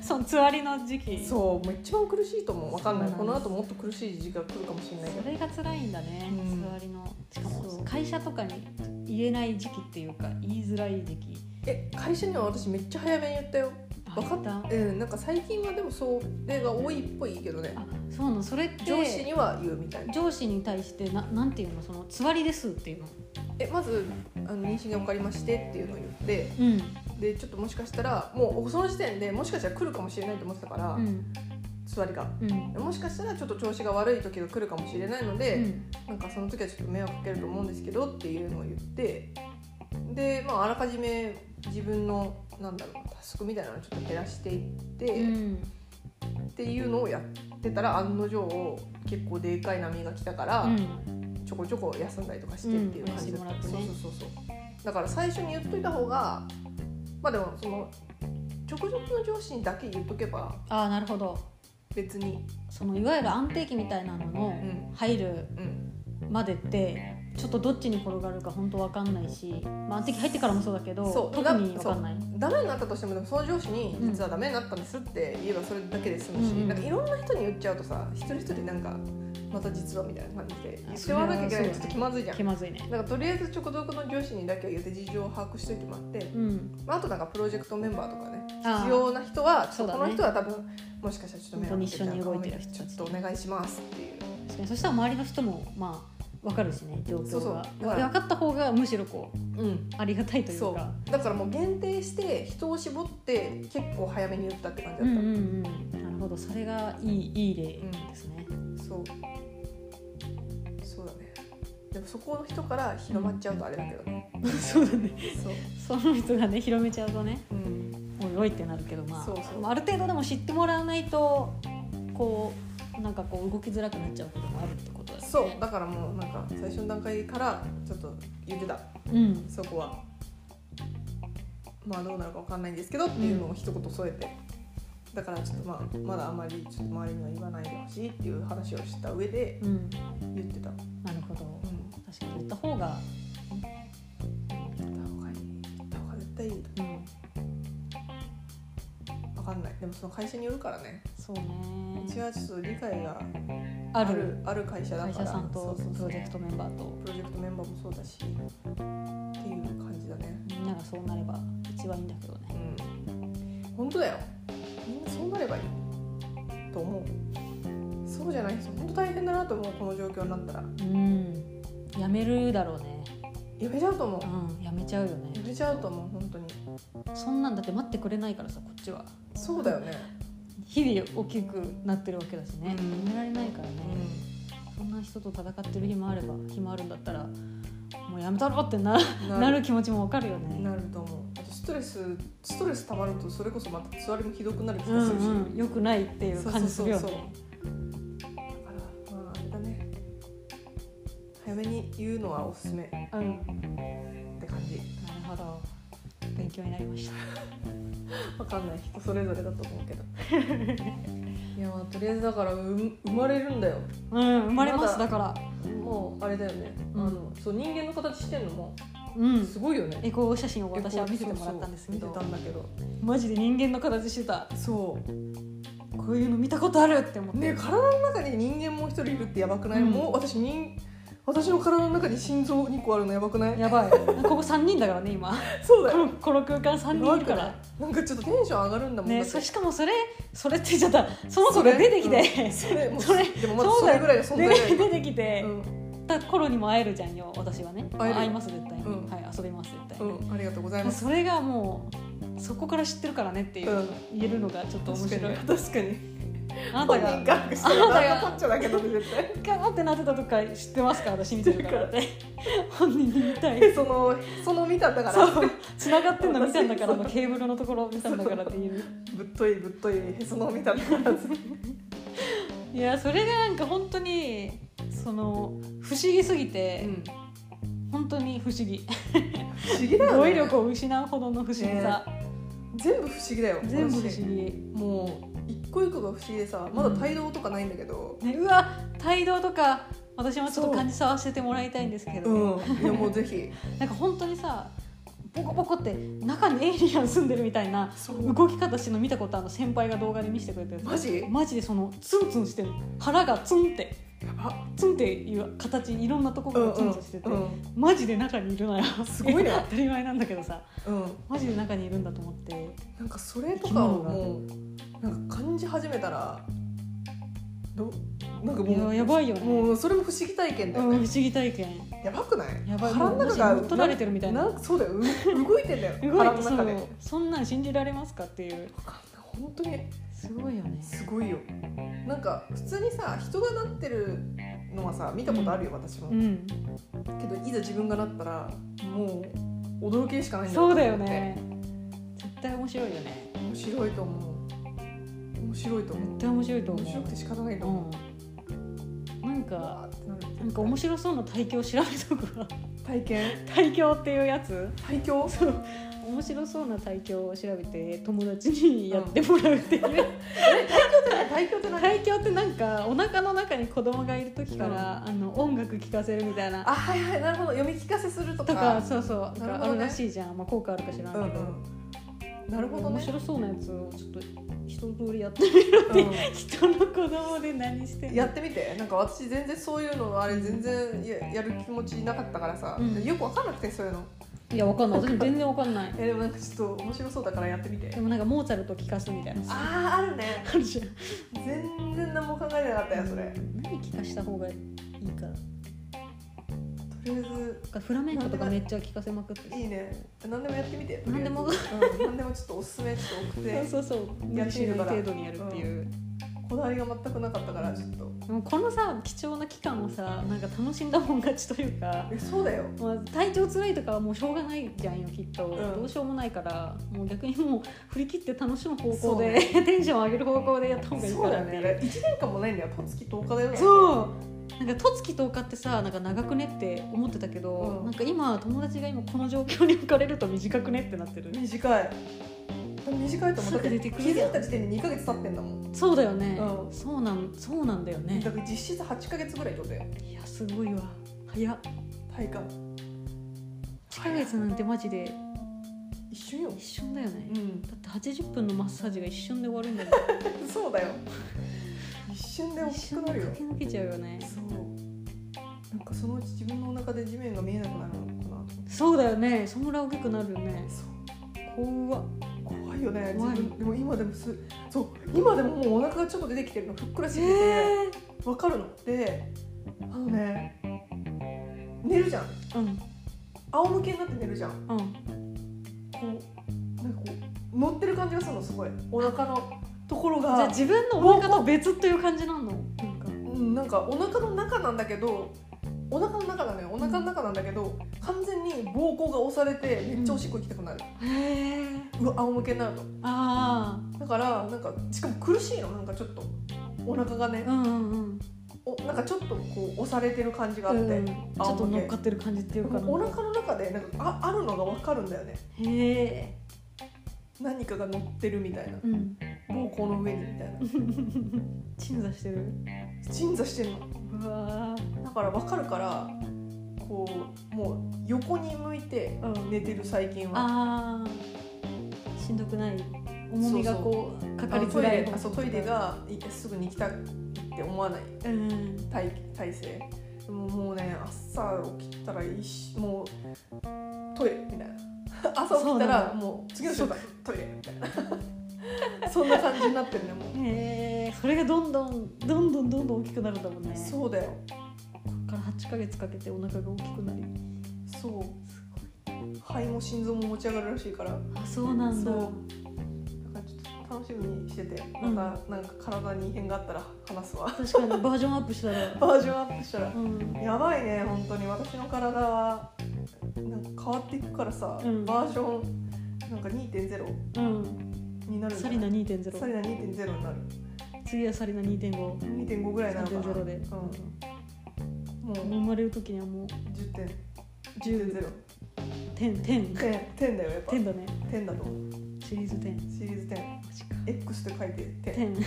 S1: そのつわりの時期そ
S2: そうもう一番苦しいともわかんない
S1: そう
S2: こ
S1: な
S2: の
S1: んです
S2: 後もっと苦しい時期が来るかもしれないけど
S1: れが辛いんだね、
S2: うん
S1: つわりのしか
S2: そ
S1: も
S2: う
S1: 会社とかに言えない時期っていうか言いづらい時期
S2: え会社には私めっちゃ早めに言ったよ分かった
S1: あ
S2: うんなんか最近はでもそれが多いっぽいけどね
S1: あそうなのそれって
S2: 上司には言うみたいな
S1: 上司に対してななんていうのそのつわりですっていうの
S2: えまずあの妊娠が分かりましてっていうのを言って
S1: うん
S2: でちょっともしかしたらもうその時点でもしかしたら来るかもしれないと思ってたから、
S1: うん
S2: ち座りが
S1: うん
S2: もしかしたらちょっと調子が悪い時が来るかもしれないので、
S1: うん
S2: なんかその時はちょっと迷惑かけると思うんですけどっていうのを言ってで、まあ、あらかじめ自分のなんだろうタスクみたいなのをちょっと減らしていって、
S1: うん
S2: っていうのをやってたら案の定結構でかい波が来たから、
S1: うん
S2: ちょこちょこ休んだりとかしてっていう感じだ
S1: うんお
S2: っ
S1: 休
S2: た、
S1: みもらってね
S2: そうそうそうそうだから最初に言っといた方がまあでもその直属の上司にだけ言っとけば
S1: ああなるほど
S2: 別に
S1: そのいわゆる安定期みたいなの
S2: う
S1: の
S2: ん
S1: 入る
S2: うん
S1: までってちょっとどっちに転がるか本当わかんないし、まあ、安定期入ってからもそうだけ
S2: そ
S1: ど
S2: う
S1: 特にわかんない
S2: ダメになったとしてもでもその上司に実はダメになったんですって言えばそれだけで済むし、
S1: うんうん
S2: なんかいろんな人に言っちゃうとさ一人一人なんかまた実はみたいな感じで言ってもらわなきゃいけない
S1: あ
S2: ちょ
S1: そう
S2: っと
S1: だね
S2: 気まずいじゃん
S1: 気まずいね
S2: なんかとりあえず直属の上司にだけは言って事情を把握しておいてもらって、
S1: うん
S2: まあ、あとなんかプロジェクトメンバーとかね
S1: あ
S2: 必要な人はちょ
S1: そう
S2: っとこ
S1: だ
S2: の
S1: ね
S2: 人は多分もしかしたらちょっと迷惑かけちゃうかも
S1: 本当に一緒に動いてる人
S2: ちょ
S1: たち
S2: っとお願いしますっていう
S1: 確かにそしたら周りの人もまあわかるしね状況が
S2: そうそうだから
S1: 分かった方がむしろこう
S2: うん
S1: ありがたいという
S2: そ
S1: か
S2: うだからもう限定して人を絞って結構早めに言ったって感じ
S1: うん
S2: だ
S1: う
S2: った、
S1: んうんなるほどそれがいいいい例ですね、
S2: そうそうだねでもそこの人から広まっちゃうとあれだけどね、
S1: そうだね
S2: そう、
S1: その人がね広めちゃうとね
S2: うん、
S1: おいおいってなるけどまあ
S2: そうそう
S1: まあある程度でも知ってもらわないとこうなんかこう動きづらくなっちゃうこともあるってことだよね
S2: そうだからもうなんか最初の段階からちょっと言ってた
S1: うん
S2: そこはまあどうなるかわかんないんですけどっていうのを一言添えて、だからちょっとまあまだあまりちょっと周りには言わないでほしいっていう話をした上で
S1: うん
S2: 言ってた、うん、
S1: なるほど確かに言った方が
S2: 言った方がいい言った方が絶対いい
S1: うん
S2: わかんないでもその会社によるからね
S1: そう
S2: うち
S1: ね
S2: はちょっと理解が
S1: あ
S2: あ
S1: る
S2: るある会社だから
S1: 会社さん
S2: そ
S1: と
S2: うそう
S1: プ
S2: そう
S1: ロジェクトメンバーと
S2: プロジェクトメンバーもそうだしっていう感じだね
S1: みんながそうなれば一番いいんだけどね
S2: うん本当だよみんなそうなればいいと思うそうじゃない人本当大変だなと思うこの状況になったら
S1: うんやめるだろうね
S2: やめちゃうと思う
S1: うんやめちゃうよね
S2: やめちゃうと思う本当に
S1: そんなんだって待ってくれないからさこっちは
S2: そうだよね
S1: 日々大きくなってるわけだしね、
S2: うん
S1: やめられないからね、
S2: う
S1: そんな人と戦ってる日もあれば日もあるんだったらもうやめたろってな
S2: ん
S1: なる気持ちもわかるよね
S2: なると思うあとストレスストレス溜まるとそれこそまた座りもひどくなる気
S1: うん
S2: がするし、
S1: うん良くないっていう感じするよ
S2: そうそう
S1: ね
S2: だからまああれだね早めに言うのはおすすめっ
S1: うんなる
S2: て感じ
S1: ほど勉強になりました
S2: わかんない人それぞれだと思うけど いやまあとりあえずだからうん生まれるんだよ
S1: うん生まれます
S2: ま
S1: だから
S2: もうあれだよね、
S1: うん
S2: あのそう人間の形してんのも
S1: うん
S2: すごいよね、
S1: エコー写真を私は見せてもらったんですけ
S2: そう
S1: ど
S2: そう見てたんだけど
S1: マジで人間の形してた
S2: そ
S1: こういうの見たことあるって思っ
S2: う
S1: て、
S2: ね体の中に人間もう一人いるってやばくない、
S1: うん
S2: もう私人私の体の中に心臓2個あるのやばくない
S1: やばいここ3人だからね今
S2: そうだ
S1: こ
S2: よ
S1: のこの空間3人いるから
S2: やばくないなんかちょっとテンション上がるんだもん
S1: ね
S2: だって
S1: そしかもそれそれって言っちゃったその子が出てきて
S2: それもう
S1: それ
S2: でもまだそれぐらいの存在だよ
S1: 出てきて、
S2: うん
S1: た頃にも会えるじゃんよ私はね
S2: 会える
S1: 会
S2: よ
S1: います絶対に、
S2: うん
S1: はい遊べます絶対
S2: う
S1: に、
S2: ん、ありがとうござい
S1: もう
S2: ます
S1: それがもうそこから知ってるからねっていう、
S2: うん
S1: 言えるのがちょっと面
S2: 確か
S1: 白い
S2: に確かに
S1: あな
S2: 本
S1: たが
S2: 人が隠して
S1: あ
S2: る
S1: なたが
S2: 旦那こっちゃだけ どね絶
S1: 「
S2: 対
S1: ガーってなってたとか知ってますか私見てるから」って本人に見たい
S2: そのその見たんだから
S1: そう繋がってんの見たんだからあのケーブルのところ見たんだからっていう
S2: ぶっといぶっといへそのを見たんだから
S1: いやそれがなんか本当にその不思議すぎて、
S2: うん
S1: 本当に不思議
S2: 不思議だよ
S1: 語
S2: ね
S1: 彙力を失うほどの不思議さ、
S2: 全部不思議だよ
S1: 全部不思
S2: 私
S1: 議、
S2: もう一個一個が不思議でさまだ帯同とかないんだけど
S1: ね、うわ帯同とか私もちょっと感じさせてもらいたいんですけど、
S2: うん、いやもうぜひ
S1: なんか本当にさボコボコって中にエイリアン住んでるみたいな
S2: そう
S1: 動き方してるの見たことあるの先輩が動画で見せてくれたやつ
S2: マジや
S1: マジでそのツンツンしてる腹がツンって
S2: ば
S1: ツンっていう形いろんなとこ
S2: う
S1: ろ
S2: ん
S1: が
S2: う
S1: ツ
S2: ん
S1: ンツンしてて、
S2: うん
S1: マジで中にいるのよ
S2: すごいね
S1: 当たり前なんだけどさ
S2: うん
S1: マジで中にいるんだと思って
S2: なんかそれとかをもうなんか感じ始めたらどなんか
S1: い
S2: も
S1: や
S2: う
S1: やばいよね、
S2: もうそれも不思議体験だ
S1: うん
S2: よ
S1: 不
S2: ね、
S1: 思議体験
S2: やばくない
S1: やばい
S2: 腹の
S1: もう
S2: 中が
S1: 私乗っ取られてるみたいなん
S2: かそうだよう動いてんだよ
S1: 動い
S2: 腹
S1: て
S2: の
S1: そ
S2: 中で
S1: うそんなん信じられますかっていう
S2: わかんない本当に
S1: すごいよね
S2: すごいよなんか普通にさ人がなってるのはさ見たことあるよ、私も、
S1: うん
S2: けどいざ自分がなったらもう驚きでしかないん
S1: そうだ
S2: な
S1: よ
S2: と思って
S1: ね絶対面白いよね
S2: 面白いと思う面白いと思う
S1: 絶対面白いと思う
S2: 面白くて仕方ないと思う、
S1: うんなん
S2: う
S1: か
S2: わーってなる
S1: なんか面白そうな体験を調べとくわ
S2: 体験
S1: 体験っていうやつ
S2: 最強
S1: そう面白そうな体験を調べて友達にやってもらうっていう、
S2: 最強って 何
S1: 体験ってなんかお腹の中に子供がいる時から、あの音楽聴かせるみたいな
S2: あはいはいなるほど読み聞かせするとか
S1: とかそうそう
S2: なる
S1: なん
S2: ほどね
S1: かあるらしいじゃん、まあ、効果あるか知らんけ
S2: うん
S1: ど、
S2: うんなるほど
S1: 面
S2: ね
S1: 白そうなやつをちょっと一通りやってみるって、人の子供で何して
S2: うんん
S1: の
S2: やってみてなんか私全然そういうのあれ全然ややる気持ちなかったからさ、
S1: うん
S2: よく分かんなくてそういうの
S1: いやわかんない私も全然わかん ない
S2: えでもなんかちょっと面白そうだからやってみて
S1: でもなんかモーツァルト聴かすみたいなさ
S2: あーあるね
S1: あるじゃん
S2: 全然何も考えてなかったよそれと
S1: 何聴かした方がいいかな
S2: りあえず
S1: んかフラメンコとかめっちゃ聴かせまくってさ
S2: いいね何でもやってみて
S1: 何でも
S2: とりあえずうん何でもちょっとおすすめちょっと送って
S1: そうそうそう無
S2: や
S1: 理
S2: ってみ
S1: しな
S2: る
S1: い
S2: から
S1: 程度にやるっていう、
S2: こだわりが全くなかったからちょっと
S1: でもこのさ貴重な期間をさなんか楽しんだもん勝ちというか、
S2: えそうだよ
S1: まあ、体調つらいとかはもうしょうがないじゃんよきっと、
S2: ん
S1: どうしようもないからもう逆にもう振り切って楽しむ方
S2: そう
S1: 向で、
S2: ね
S1: テンション上げる方向でやった方がいい
S2: そ
S1: か
S2: うだ
S1: らっ
S2: よ
S1: ていう
S2: ねだから1年間もないんだよとつき10日だよね
S1: そうなんか十月10日ってさなんか長くねって思ってたけど、
S2: うん
S1: なんか今友達が今この状況に置かれると短くねってなってる
S2: 短い短いと思う
S1: すぐ
S2: だって
S1: 出て
S2: 気
S1: くるじゃん
S2: づいた時点で2ヶ月経ってんだもん
S1: そうだよね、
S2: うん
S1: そうなんそうなんだよね
S2: だから実質8ヶ月ぐらいってことだよ
S1: いやすごいわ早っ
S2: 体感
S1: 1ヶ月なんてマジで
S2: 一瞬よ
S1: 一瞬だよね、
S2: うん
S1: だって80分のマッサージが一瞬で終わるんだよ
S2: そうだよ一瞬 で大
S1: ね
S2: き
S1: 一
S2: く
S1: 瞬
S2: な
S1: で
S2: るよ
S1: 駆け抜けちゃうよね
S2: そうなんかそのうち自分のお腹で地面が見えなくなるのかなと
S1: そうだよねそんぐらい大きくなるよね
S2: そう
S1: 怖っ
S2: 怖いよね
S1: 怖い
S2: 自分でも今でもすそう今でももうお腹がちょっと出てきてるのふっくらしてきて
S1: え
S2: わ、かるのであのね寝るじゃん
S1: ー、うん
S2: 仰向けになって寝るじゃん
S1: うん
S2: こうなんかこう乗ってる感じがするのすごいお腹のところ
S1: じゃあ
S2: が
S1: 自分のお腹と別っていう感じなのなんか
S2: うん、なんかお腹の中なんだけどお腹の中だねお腹の中なんだけど完全に膀胱が押されてめっちゃおしっこ行きたくなる、
S1: へえ
S2: うわ仰向けになると
S1: あ
S2: だからなんかしかも苦しいのなんかちょっとお腹がね
S1: あ、うんうんうん。
S2: おなんかちょっとこう押されてる感じがあって、
S1: うん、
S2: で
S1: ちょっと乗っかってる感じっていうか
S2: もお
S1: なんか。
S2: 腹の中でなんかああるのが分かるんだよね
S1: へえ。
S2: 何かが乗ってるみたいな
S1: うん。
S2: 膀胱の上にみたいな
S1: 鎮座してる。
S2: 鎮座してるの
S1: うわー。
S2: だから分かるからこうもう横に向いて
S1: うん
S2: 寝てる最近は、
S1: ああ。しんどくない。重みがこうかかりづらい。
S2: あそうトイレ。がいすぐに行きたいって思わない
S1: うん。
S2: 体体勢でももうね朝起きたらいいしもうトイレみた いな朝起きた
S1: そうなん
S2: ら
S1: だ
S2: もう次の人だトイレみたいなそんな感じになってるねもう、
S1: へえ。それがどんどんどんどんどんどん大きくなるんだもんね。う。
S2: そうだよ
S1: から八ヶ月かけてお腹が大きくなり。
S2: そう肺も心臓も持ち上がるらしいからだか
S1: あ、そうなんだ。
S2: そうらちょっと楽しみにしてて
S1: うん
S2: またなんか体に異変があったら話すわ
S1: 確かにバージョンアップしたら。
S2: バージョンアップしたら
S1: うん。
S2: やばいね本当に私の体はなんか変わっていくからさ、
S1: うん
S2: バージョンなんか2.0
S1: うん。
S2: になるんじ
S1: サ
S2: ゃ
S1: リナ
S2: ないサリ
S1: 2.0。
S2: ナ2.0になる
S1: 次はサリナ2.5。
S2: 2.5ぐらいなのかな
S1: 3.0で。
S2: もう
S1: もう生まれる時にはもう
S2: 10点
S1: 10
S2: 10.0
S1: 点点
S2: 点点だよやっぱ
S1: 点だね
S2: 点だと思う
S1: シリーズ点
S2: シリーズ10
S1: マジか
S2: X って書いて点
S1: 点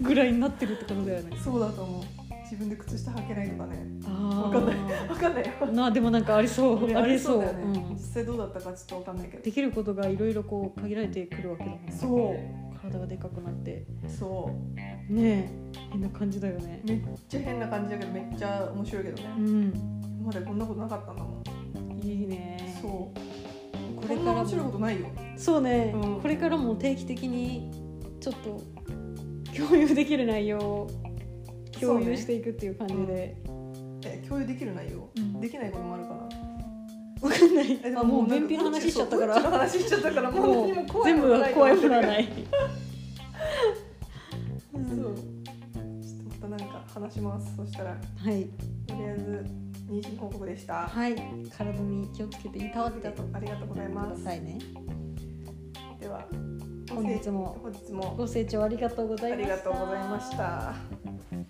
S1: ぐらいになってるってことだよね
S2: そうだと思う自分で靴下履けないとかね
S1: あ
S2: わ
S1: あ
S2: かんないわかんないよ
S1: なあでもなんかありそう、
S2: ね
S1: ありそう
S2: だよね
S1: うん
S2: 実際どうだったかちょっとわかんないけど
S1: できることがいろいろこう限られてくるわけだもんね
S2: そう
S1: 体がでかくなって
S2: そう
S1: ねえ変な感じだよね
S2: めっちゃ変な感じだけどめっちゃ面白いけどね
S1: うん
S2: 今までこんなことなかったんだもん
S1: いいね
S2: そう
S1: こ
S2: こ
S1: れ
S2: ん
S1: か
S2: な
S1: ら
S2: 面白いこ
S1: も
S2: とないよ
S1: そうね、
S2: うん
S1: これからも定期的にちょっと共有できる内容を共有していくっていう感じで、
S2: え共有できる内容
S1: うん
S2: できないこともあるかな
S1: わかんない
S2: えで
S1: あもう
S2: なん
S1: 便
S2: か
S1: 秘の話しちゃったか
S2: うんちの
S1: ら
S2: 話しちゃったからもう
S1: も
S2: 何も
S1: う
S2: 怖い
S1: 全
S2: も
S1: 部
S2: の
S1: は怖いものは
S2: な
S1: ないいうん
S2: そうちょっとまたなんか話しますそしたらと
S1: はい
S2: りあえず妊娠報告でした
S1: はい体に気をつけていたわってく
S2: ありがとうございま
S1: だ
S2: す
S1: さいね
S2: では
S1: 本日も
S2: 本日も
S1: ご清聴ありがとうござ
S2: あ
S1: いま
S2: り
S1: した
S2: がとうございました